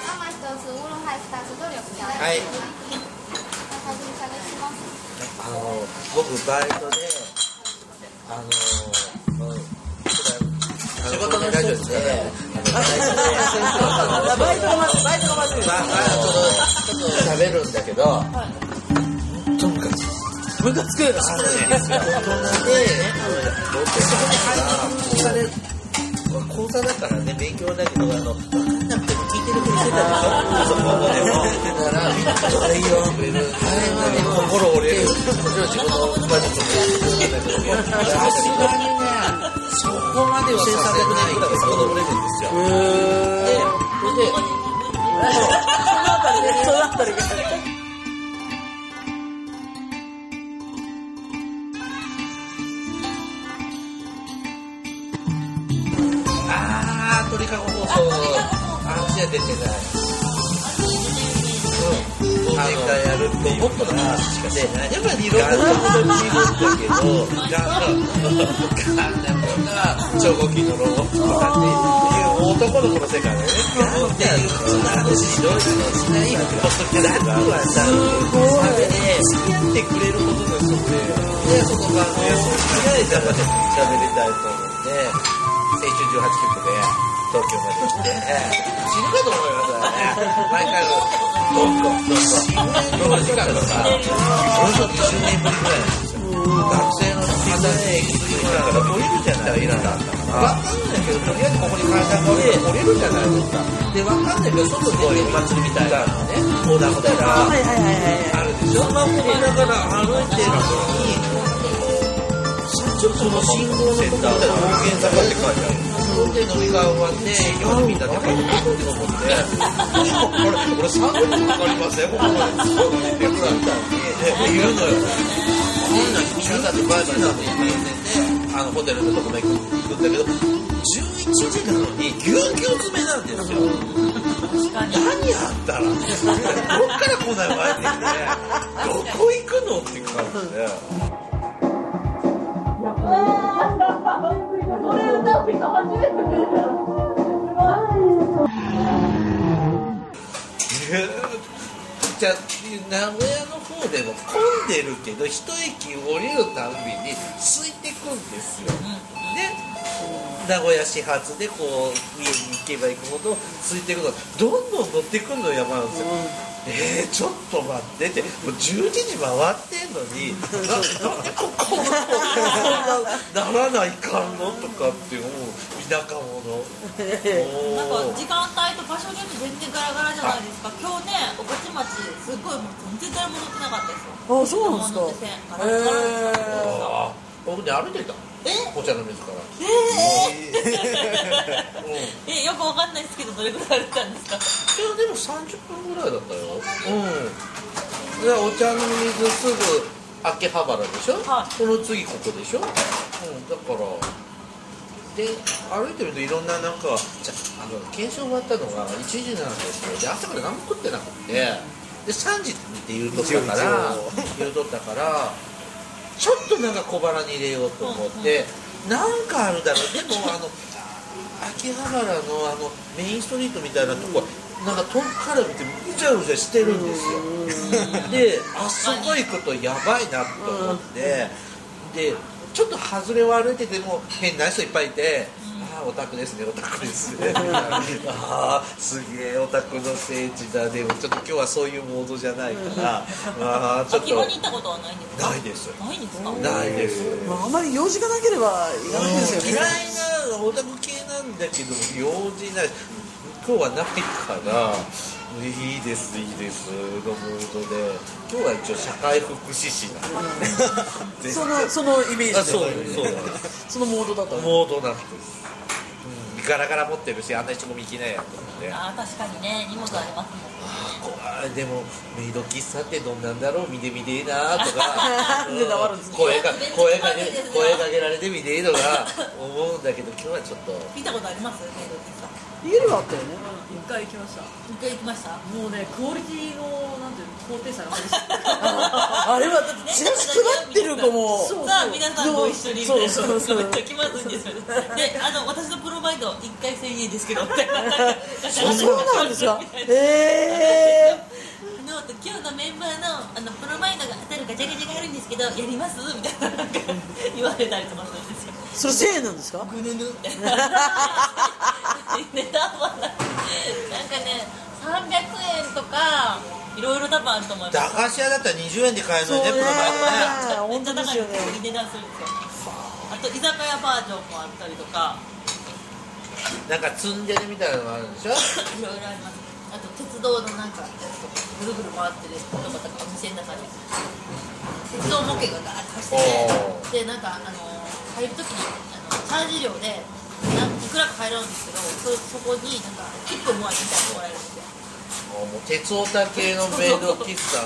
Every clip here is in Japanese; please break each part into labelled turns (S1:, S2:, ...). S1: つウーロンハイ2つと緑茶
S2: はい
S1: はじめさんがします
S2: あの僕バイトであのもう仕事のラジオですかね
S3: バイトがまず、バイトがまずい
S2: まあ、まあ、ちょっと、ちょっと喋るんだけど、とにかく、
S3: ムカつく
S2: あのね、大人で、僕に入って講座で、講座だからね、勉強だけど、あの、分かんなくても聞いてるふりしてたでしょそこまでも。だから、みんなちょうどいいよ、大変だね、心折れる。もちろん自分の馬術もやってるんだけど、さすがにね、そこまでは1300年ぐらいで子供れるんですよ。で、それで、
S3: そのあたりが。
S2: あー、鳥かご放送。あっちは出てない。うん。あの、やるっていうロボットの話しかしてない。やっぱりいろんなことにいるんだけど、ガンガン、ガンガンが、超合金のロボットとかっていう男の子の世界だよね。ガンっていう普通の話、いろいろしないよ。ほっとけなくはさ、すごい。付き合ってくれることの人って、ね、その番組はそういう中で喋りたいと思って、青春18局で東京まで来て、死ぬかと思いますよね。毎回、どんどんどんどん、6時間とか、およそ20年ぶりぐらいなんですよ。学生の方で駅に来ながら降りるじゃない、いらなかったから。わかんないけど、とりあえずここに階段が降りて降りるじゃないですか。で、わかんないけど、外でお祭りみたいなのね、横断歩道が
S3: はいはいはい
S2: あるでしょ。まあ、見ながら歩いてるのに、ちょっとその信号のところで音源坂って書いてある。で飲み会終わって、夜みんなで帰ってくると思って、これ、俺3分かかりますね、ここまで。そうだね、手伝ったいに。いるのよ。こんなに中だってバイバイだって言ってて、あの、ホテルのとこまで行くんだけど、11時なのに、ぎゅうぎゅう詰めなんですよ。何やったら、どっから来ないわってね、どこ行くのって感じで。 じゃあ名古屋の方でも混んでるけど一駅降りるたんびに空いてくんですよ、で名古屋始発でこう家に行けば行くほど空いてくのどんどん乗ってくんの山なんですよ、えー、ちょっと待ってってもう11時回ってんのにななんでこここんなならないかんのとかって思う田舎者
S4: なんか
S2: もう
S4: 時間帯と場所によって全然ガラガラじゃないですか今日ね御徒町すごいもう全然誰も乗ってなかったですよ
S3: はい。あ、そうなん
S4: 乗っ
S3: です
S4: ててガ
S3: か。
S4: ラ
S3: へ
S4: ガラ
S2: あー僕ね歩いてた
S4: え
S2: お茶の水から。
S4: え
S2: うん、い
S4: ー、 えよくわかんないですけどどれぐらい歩いたんですか
S2: やでも30分ぐらいだったようんでお茶の水すぐ秋葉原でしょ、
S4: はい
S2: その次ここでしょうんだからで歩いてるといろんななんかじゃあの検証終わったのが1時なんですよで朝から何も食ってなくてで3時って言うとったから言うとったからちょっとなんか小腹に入れようと思って、なんかあるだろうでもあの秋葉原のあのメインストリートみたいなとこはなんか遠くから見てうじゃうじゃしてるんですよであそこ行くとやばいなと思って、でちょっと外れを歩いてても変な人いっぱいいて、ああオタクですねオタクですねあ あすげえオタクの聖地だでもちょっと今日はそういうモードじゃないから、ああちょっ
S4: 秋
S2: と
S4: 葉に行ったことはないんですか
S2: ないです
S4: ないんですか
S2: ないです、
S3: まあ、あまり用事がなければいらないです
S2: 嫌
S3: よ
S2: い
S3: ね。
S2: なオタク系なんだけど用事ない今日はないからいいですいいですのムードで今日は一応社会福祉士なので
S3: その、そのイメー
S2: あ
S3: ジで
S2: そうそうなんです
S3: そのモードだったら。
S2: モードなんです、うん、ガラガラ持ってるしあんな人も見きないやと思って
S4: あー確かにね荷物ありますもん
S2: 怖いでもメイド喫茶ってどんなんだろう見てみてえなと か
S3: で黙るんですね
S2: 声か声かけ
S4: めっちゃ怖いですね
S2: 声かけられてみてえとか思うんだけど今日はちょっと。
S4: 見たことありますメイド喫茶
S3: 家にはあったよね。
S5: 一回行きました
S4: 一回行きました
S5: もうねクオリティのなんていうの高低差が激しい
S3: あれは、だって、チラシ配ってる子も。
S5: そう
S4: さあ皆さんご一緒にみたい
S3: そ
S4: な
S3: うそうそう
S4: めっちゃ気まずいんですよねであの私のプロムバイト1回1000円ですけどって
S3: あそうなんですかええ
S4: あの今日のメンバーのあのプロマイドが当たるガチャガチャがあるんですけどやりますみたいななんか言われたりとかするんですよ
S3: ー、それ1000円なんですか
S4: ぐぬぬみたいな値段はなんかね300円とかいろいろ多分あると思います
S2: 駄菓子屋だったら20円で買えるの
S3: そう
S2: にねプ
S3: ね
S2: ロバイトね
S3: 本当ですよね
S4: いい値段するんですよあと居酒屋バージョンもあったりとか
S2: なんかツンデレみたいなのがあるんでしょ
S4: いろいろありますあと鉄道のなんかやつとかぐるぐる回ってるとかとかお店の中に鉄道模型がガーッて走っててでなんかあの入る時にあのチャージ料でなんいくらか入るんですけどそそこになんか1分もらえみたいなのもらえるんですよ
S2: あもう鉄オタ系のメイド喫茶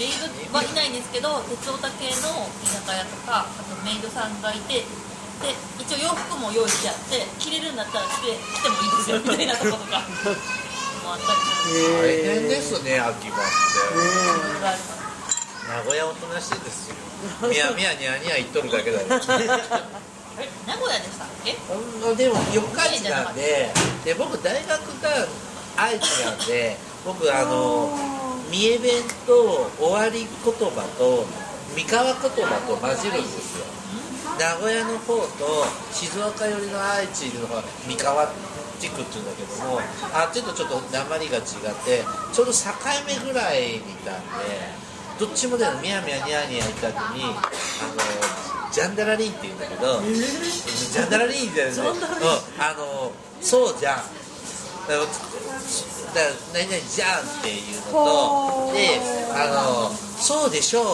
S4: メイドはいないんですけど鉄オタ系の居酒屋とかあとメイドさんがいてで一応洋服も用意してあって着れるんだったら着て着てもいいですよみたいなとことかもあったりするん
S2: 大
S4: で
S2: 変ですね秋葉って
S4: いろいろあります
S2: 名古屋おとなしいです よみやみやにゃにゃ言っとるだけだよ
S4: え名古屋でしたっけ
S2: うんでも四日市なんでで僕大学が愛知なんで僕あの三重弁と終わり言葉と三河言葉と混じるんですよ名古屋の方と静岡寄りの愛知の方が三河地区っていうんだけどもあっちとちょっと鉛が違ってちょうど境目ぐらいにいたんでどっちもだよみやみやにゃーにゃー行った後にあのジャンダラリンっていうんだけど、ジャンダラリンじゃないうんあのそうじゃんだから何々じゃんっていうのとであのそうでしょう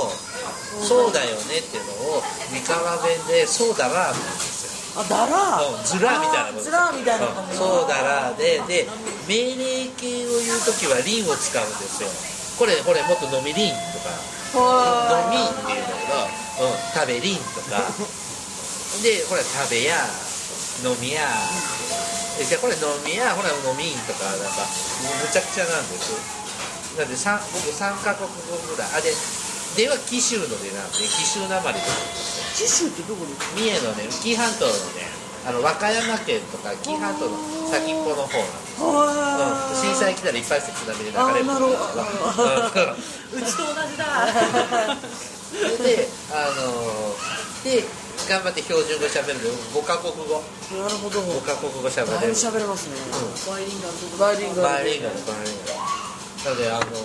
S2: そうだよねっていうのを三河弁でそうだわ
S3: あだら
S2: うんずらみたいなこと
S3: ずらみたいなこと
S2: うんそうだらでで命令形を言う時はリンを使うんですよこれこれもっと飲みリンとか飲み
S3: は
S2: っていうんだけど、うん、食べりんと かでほら食べや飲みやえじゃあこれ飲みやほら飲みんとかなんかむちゃくちゃなんですなんで三僕3カ国語ぐらいあででは紀州のでなんで紀州なまりとか
S3: い紀州ってどこですか
S2: 三重のね紀伊半島のねあの和歌山県とか紀伊半島の先っぽの方なんです、
S3: は
S2: うん、
S3: ー
S2: 震災来たらいっぱいして津波で流れる
S3: あなるほど
S2: うん
S5: うちと同じだ
S2: それで、あので、頑張って標準語喋るの、5カ国語、
S3: なるほど
S2: 5カ国語喋
S3: だい
S2: れ
S3: ぶ
S2: る。
S3: 喋れますね
S5: バイリンガルと
S3: バイリンガ
S2: バ
S3: ル
S2: イリンガル、バイリンガル。なので、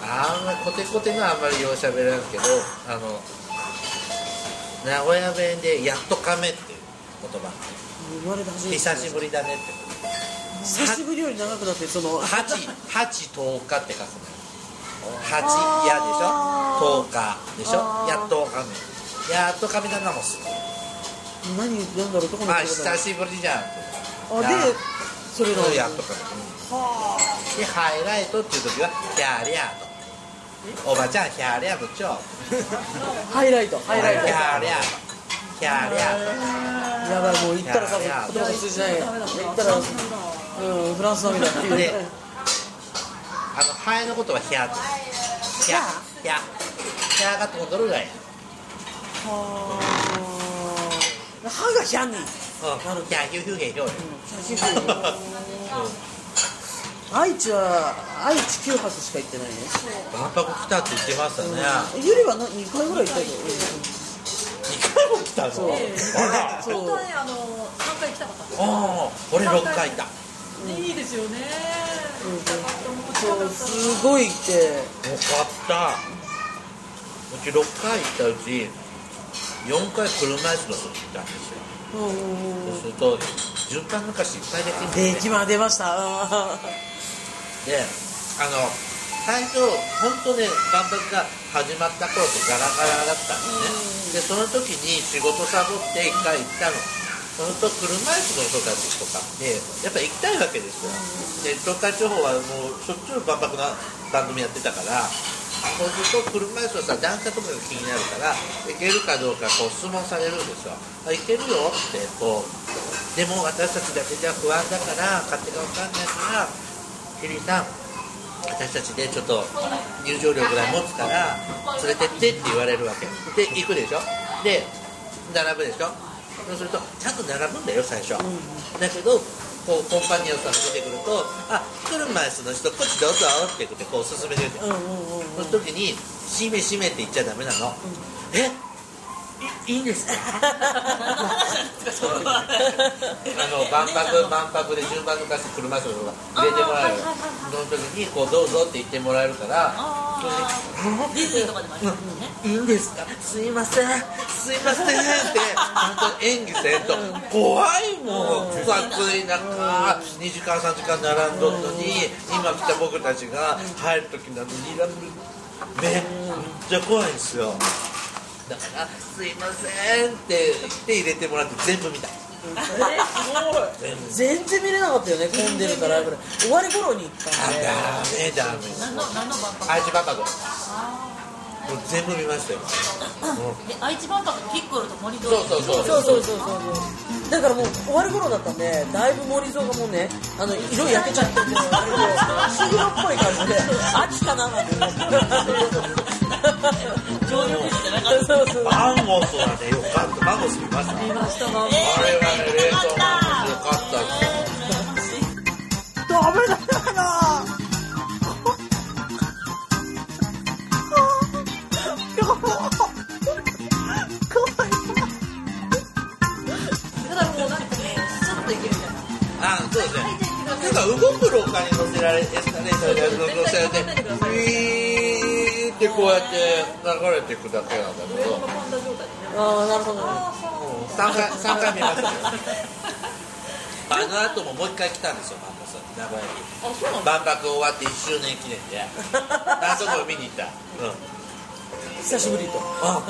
S2: あのあんまりコテコテのはあんまりよう喋らんけど、あの、名古屋弁で、やっとかめっていう言葉、
S3: 生まれて初めて
S2: 久しぶりだねって。
S3: 久しぶりより長くなってその
S2: 八八十日って書くのよ八やでしょ十日でし
S3: あ
S2: ょ
S3: ー
S2: やっとかみやっとかみだなもんす
S3: 何言ってんだろうどこの
S2: あ
S3: 言葉
S2: 久
S3: だろ
S2: しぶりじゃん
S3: うあでそれ
S2: そう
S3: が
S2: やっとかみでハイライトっていう時はヒャーリャーとおばちゃんヒャーリャーとちょ
S3: ハイライトハ
S2: ヒ
S3: イ
S2: ャ
S3: ライ
S2: ー
S3: ト
S2: リャーヒャーリャー
S3: やばいもう言ったらさ言葉が通じない言
S5: ダメだった
S3: ったらうんフランス涙っていう
S2: で
S3: ね
S2: あのハエのことはヒャーとヒャーヒャーヒャーが飛んどるがや
S3: はあ歯がヒャンニー
S2: うんヒャーヒューヒューゲーヒョウ
S3: 愛知は愛知9泊しか行ってないね
S2: 万博来たって言ってましたね、
S3: ゆりはな2回ぐらい行ったよ、う
S2: 2回も来たの
S3: そう
S2: あら
S3: そう
S5: 本当はねあの3回来たかった
S2: あー俺6回いた
S5: いいですよね
S3: ん
S5: そう
S3: そうすごい行って
S2: よかったうち6回行ったうち4回車椅子の人行ったんですよ
S3: うんうんう
S2: そうんすると循環抜かしいっぱいできるん
S3: で
S2: で
S3: きま出ましたあ
S2: であの最初本当ね万博が始まった頃とガラガラだったんですねでその時に仕事サボって1回行ったのそのと車椅子の人たちとかでやっぱ行きたいわけですよで東海地方はもうしょっちゅう万博の番組やってたからそうすると車椅子のさ段差とかが気になるから行けるかどうかこう質問されるんですよあ行けるよってこうでも私たちだけじゃ不安だから勝手が分かんないから日比さん私たちでちょっと入場料ぐらい持つから連れてってって言われるわけで行くでしょで並ぶでしょそうするとちゃんと並ぶんだよ最初、
S3: ん
S2: だけどこうコンパニオンさんが出てくると「あ車椅子の人こっちどうぞ」って言ってこう勧めてくれて、
S3: うんうんうん
S2: その時に「しめしめ」って言っちゃダメなの、えいいいんですかあの万博万博で順番抜かして車椅子の人が入れてもらえる
S4: あーはいはいはい
S2: その時にこう「どうぞ」って言ってもらえるから
S4: あ
S2: それで
S4: ーディズニーとかでもありますもんね
S2: いいんですかすいませんすいませんって本当に演技せんと怖いもん暑い中2時間3時間並んどっのに今来た僕たちが入る時なのにラブめっちゃ怖いんですよだから「すいません」って言って入れてもらって全部見た
S3: えす
S2: 全部
S3: ごい全然見れなかったよね混んでるからぐらい終わり頃に行った
S2: あ
S3: んで
S2: ダメダメ
S4: 何の何の万博
S2: 愛知バカドもう全部見ましたよ
S4: え愛知万博ピッコロと森と
S2: そうそうそう
S3: そうそうそうそうそうだからもう終わる頃だったんでだいぶ森蔵がもうねあの色焼けちゃっててシグロっぽい感じで秋かななんて思って
S4: 協力してなかった
S3: そうそう
S2: マンモスはねよかったマンモス見ました
S5: 見ましたまん
S2: あ
S5: ま
S2: れはね、冷凍マンゴー良かった。
S3: ダメだよな
S5: ただもうなんかねちょっといけるみたいな
S2: あ、そうですね。なんか動く廊下に乗せられ、エスカレーターで乗せられて、ウィーってこうやって流れていくだけなんだけど、
S5: パンダ状態でね
S3: ああなるほどね
S2: 3回、三回見ましたよ。あの後ももう一回来たんですよ、マンモス。名古屋に。
S5: あそうなんだ
S2: 万博終わって1周年記念で、あそこ見に行った。うん。
S3: 久しぶりと
S2: あ、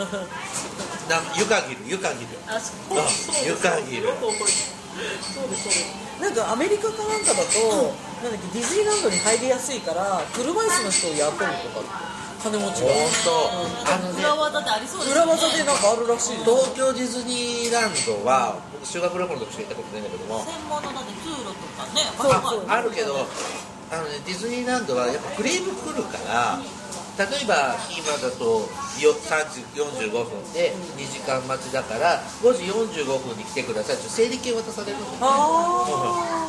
S2: なんか湯かぎる、湯かぎる。
S5: あそう
S2: あ
S5: そう
S2: ゆかぎる
S5: よく覚えてるそうですそうです
S3: なんかアメリカかなんかだと、なんだっけディズニーランドに入りやすいから車椅子の人を雇うとか金持ち
S2: 本当。あのね
S4: 裏、技ってありそうです
S3: が裏
S4: よね
S3: 技でなんかあるらしいよ
S2: 東京ディズニーランドは僕修学旅行の時しか行ったことないんだけども
S4: 専門のだって通路とかね
S3: そう
S4: わかんない
S2: あるけどあの、ね、ディズニーランドはやっぱクレーム来るから例えば今だとよ3時45分で2時間待ちだから5時45分に来てくださいって整理券渡されるの
S3: あ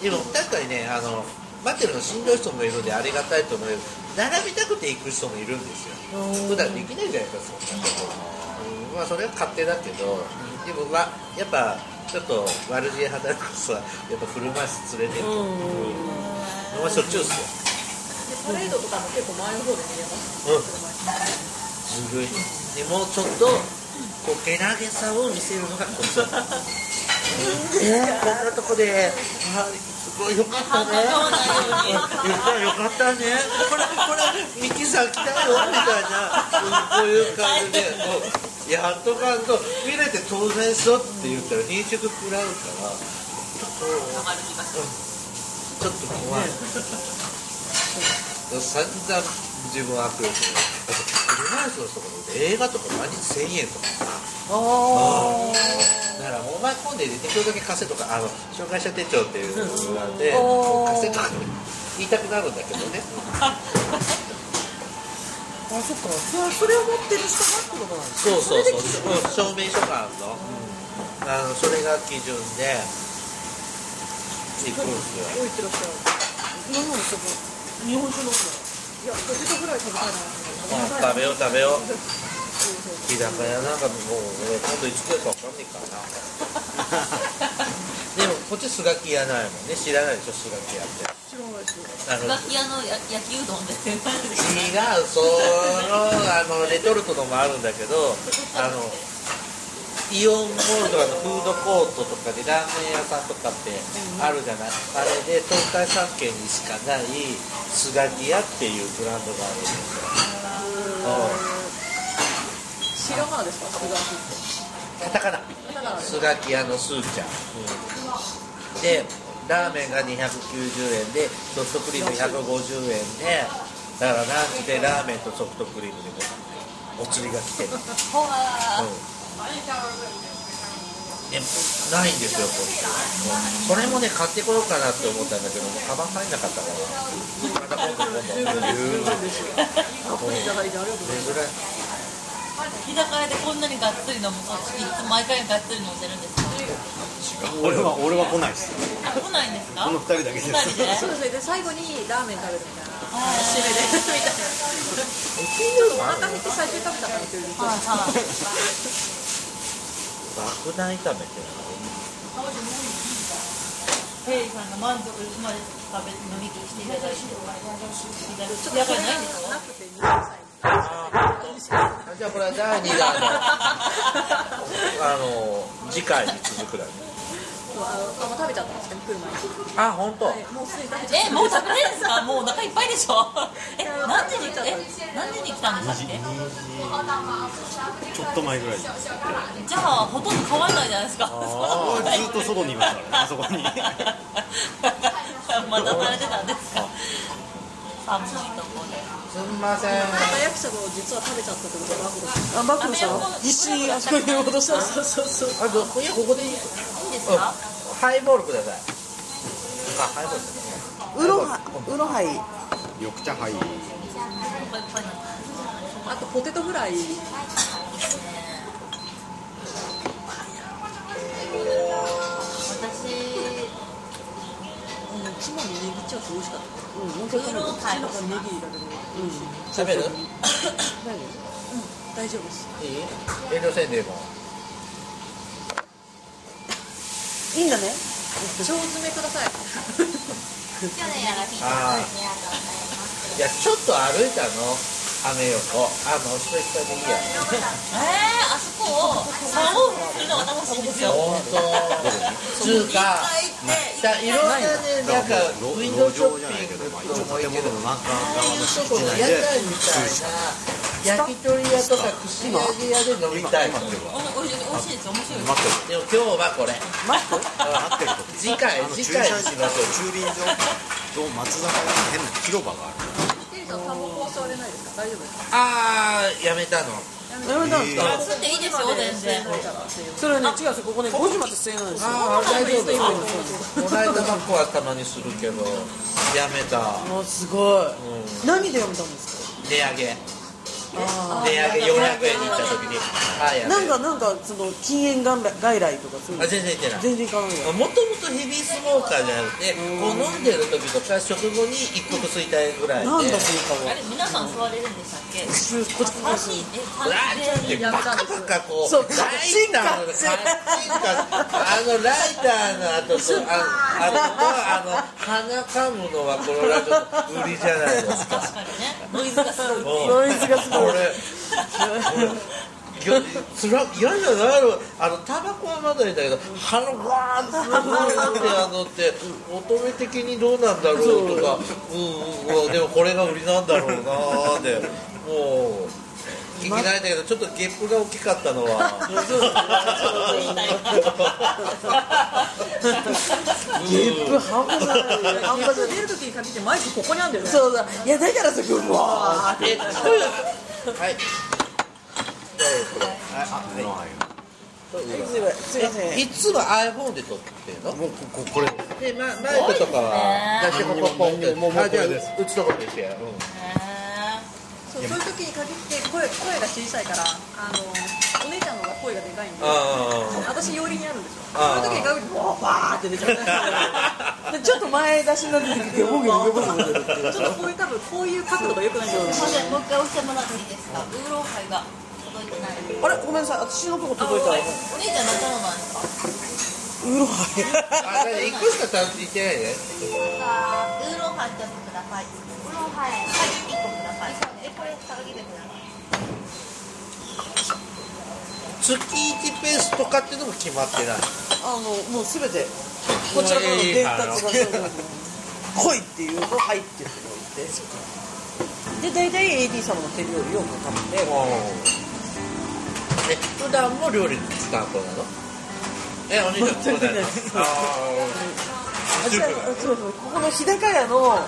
S2: でも確かにねあの待ってるのしんどい人もいるんでありがたいと思うけど並びたくて行く人もいるんですよ
S3: うん
S2: 普段できないじゃないですかそんなこと、うんまあそれは勝手だけどでもまあやっぱちょっと悪知恵働く人はやっぱ車椅子連れて
S3: あ
S2: るのはしょっちゅうっす
S5: でパレードとかも結構前の方で見えます
S2: ようんずるいでもうちょっとこうけなげさを見せるのがコツえー、こんなとこであーすごいよかったね
S4: そうなんだよね
S2: よかよかったねこれこれミキさん来たよみたいなこういう感じでもうやっとかんと見れて当然しょって言ったら認識食らうから
S4: 上がる気がする
S2: ちょっと怖い 散々自分は悪用するあと車椅子の人とかで映画とか毎日1000円とかさ
S3: あ
S2: だからお前込んでできるだけ貸せとかあの障害者手帳っていうのがあって
S3: うん
S2: 貸せとか言いたくなるんだけどね
S3: あそっかそれそれを持ってる人がってことなんです
S2: そうそうそう証
S3: そ
S2: 明書があるの,、あのそれが基準で行くんですよ
S5: どう言ってらっしゃる
S3: 飲み物ちょっと日本酒飲んだ
S5: いや5時間ぐらい食べたい
S2: う
S5: な
S2: ん食べよう食べよう日高屋なんかもう俺今度いつ来るか分かんないからなでもこっちスガキ屋ないもんね知らないでしょスガキ屋って
S5: 知ら
S2: あの
S4: ス
S5: ないですよ
S4: ガキ屋のや焼きうどんで全然
S2: 違うそのあのレトルトのもあるんだけどあのイオンモールとかのフードコートとかでラーメン屋さんとかってあるじゃない、あれで東海3県にしかないスガキ屋っていうブランドがあるんですよ、
S5: 白川ですかスガキって
S2: うんカタカナ
S5: だから
S2: スガキ屋のスーちゃん、でラーメンが290円でソフトクリーム150円でだからランチでラーメンとソフトクリームでお釣りが来てる
S4: ほわー
S2: でないんですよこっちはこれもね買ってこようかなって思ったんだけどもうカバン入んなかったからまた今度今度
S5: 十分です十分ですよアップいただいてありがとうございます
S2: 珍しい
S4: 日高屋でこんなにがっつり飲むといつ毎回がっつり飲んでるんですか
S6: 俺は俺は来ないです
S4: あ来ないんですか
S6: この二人だけです
S4: 二人で
S5: そうですねで最後にラーメン食べるみた
S2: ある
S5: いな締めでみたいな お腹減って最初に食べたからみたい
S4: は
S5: な
S4: いはい
S2: 爆弾炒めて
S4: ペイさんが満足生まれ食べ飲み食いしていただいてちょっとやばいないんですか
S5: なくて2歳
S2: あじゃあこれは第2弾のあの次回に続くだね
S5: そうあのあもう食べちゃったんですけど来る前に
S2: あ本当。
S5: はいもうすでに食べちゃった
S4: えもう食べれるんですか もうお腹いっぱいでしょえ何時にえ何時に来たんでしたっけ
S6: ちょっと前ぐらいに
S4: じゃあほとんど変わらないじゃないですか
S6: あーずっと外にいましたからねあそこ に
S4: またされてたんですか寒いとこで
S2: すんません
S5: 原役者の実は食べちゃったってことは暴露です
S3: あマクロさん必死にあそこに戻したんです
S5: そうそうそう
S2: あといやここでいい
S4: いいですか
S2: ハイボールくださいあハイボールだね
S3: ウロハウロハイ
S6: 緑茶杯
S4: いっぱいいっぱいになって
S5: あとポテトフライ
S4: 私
S5: うんチマのネギチャース美味しかった
S3: うん本当に
S4: ウロハイ
S5: チマがネギだけど
S3: うん
S2: 食べる
S3: 大丈
S5: 大丈夫です
S2: いい遠慮せんでも
S3: 夫いいんだね
S5: 腸詰めください
S1: 去年やらせていただいてありがとうございます。
S2: いやちょっと歩いたの雨横あの一人一人でいいや
S4: えー、あそこを3往復するのが楽しいんですよ
S2: 本当つうかだいろんなねなんかウィンドウショッピング
S6: まあ
S2: と
S6: 一応
S2: 思い
S6: 建
S2: けど
S6: 物の
S2: あ
S6: 中
S2: あいうとこの屋台みたいな焼き鳥屋とか串揚げ屋で飲みたいでも
S4: おいしいおいしいですよ面白いです
S6: 待ってる
S2: 今日はこれ
S3: マスク
S6: 待ってると
S2: 次回
S6: あの駐
S2: 次
S6: 車
S2: 回
S6: 場駐輪場と松坂屋の変な広場がある
S5: テリーさんタバコは吸われないですか大丈夫ですか
S2: ああやめたの
S3: やめたんですか
S4: あ吸っていいですよ全然
S3: それはね違うんですよここね5時まで制なんですよ
S2: ああ大丈夫こないだばっこはたまにするけどやめた
S3: もうすごい
S2: うん
S3: 何でやめたんです
S2: 値上げ
S3: かあ
S2: 値上げ400円に行った時にああ
S3: ー
S2: や
S3: なん
S2: め
S3: かなんかその禁煙外来外来とかそういうの
S2: あ全然行ってない
S3: 全然行かないよ
S2: もともとヘビースモーカーじゃなくてこう飲んでる時とか食後に一服吸いたいぐらいで
S3: なんだスイカ
S4: あ
S3: は
S4: れ皆さん座れるんでしたっけ
S3: 中こっち
S4: 三人え
S2: うわーちょっ
S4: 三人
S2: と
S4: で
S2: バカバカこう
S3: そう
S2: ライターの
S3: 進化
S2: 進化あのライターの後とあのあの鼻かむのはこのラジオの売りじゃないですか
S4: 確かにね ノイズがすごい
S2: もう
S3: ノイズがすごい
S2: これいやつら嫌じゃないのあのタバコはまだいいんだけど鼻がわーってあのって乙女的にどうなんだろうとかうんうんうんでもこれが売りなんだろうなーでもう聞きないんだけどちょっとゲップが大きかったのは
S3: ゲップ半端じゃないよ半端じゃない
S5: 出る時に限ってマイクここにあるんだよね
S3: そうだいやだからそこうわーって
S2: えっとはい
S6: あのあ
S3: すいません
S2: いつも iPhone で撮ってるの
S6: もうこここれで
S2: で、
S6: す
S2: ま、マイクとかは、だってここポンって、
S6: もうもう
S2: あ、じゃあ、
S6: これです
S2: うちのことですよ。
S5: そうそういう時に限って声声が小さいからあのお姉ちゃんの方が声がでかいんで
S2: あ
S5: 私寄りにあるんですよそ
S2: あー
S5: の時に限ってわー
S3: バーって出ちゃったでちょっと前出しになってきてボケボケボケボケボケって
S5: ちょっとこういう多分こういう角度が良くないんです
S4: す
S5: よ
S4: いませんもう一回押してもらっていいですかウーロンハイが届いてない
S3: あれごめんなさい私のとこ届いた
S4: お
S3: ら
S4: 姉ちゃん何頼まんですか
S3: ウロハ
S2: あ、あ、じゃあ、一個しか食べていないね。
S4: ウーロンハイ一つください
S1: このはい。
S4: はい一個くださいえこれ届けてくださ
S2: 月
S4: い
S2: 1ペースとかっていうのも決まってない。
S3: あのもうすべてこちらからの伝達がそうなんです来いっていうの入ってるのを言ってで大体 AD 様の手料理をもう頼んで
S2: え、普段も料理担当なの。え、お兄ちゃん、そうだよ。
S3: 私はそうそうここの日高屋の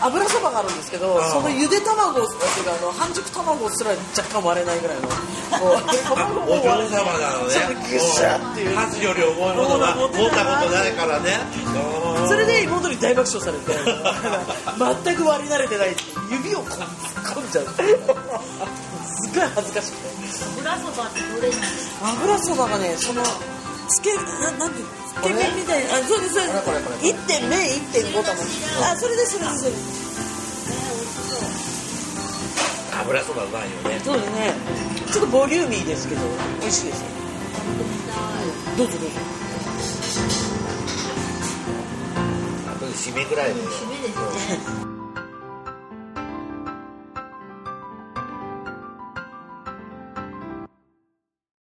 S3: 油そばがあるんですけど、
S2: あー
S3: そのゆで卵をだけどあの半熟卵すら若干割れないぐらいのこ
S2: あ
S3: う卵
S2: お嬢
S3: を割れない
S2: 様なのね。
S3: ちょっとギュシャっていう
S2: 恥より重いものは、持ったことないからね。
S3: それで妹に大爆笑されて全く割り慣れてないって指をこう突っ込んじゃうっていうすごい恥ずかしくて
S4: 油そばってどれなんです
S3: 油そばがねそのつけななんていうのつけ麺みたいなあそうですそうです
S2: これこれこ
S3: 一点麺一点五だもんあそれですそれですそれです
S2: 油そばうまいよね
S3: そうですねちょっとボリューミーですけど美味しいですよどうぞどうぞ
S2: あとで締めぐらいで
S4: か締めですね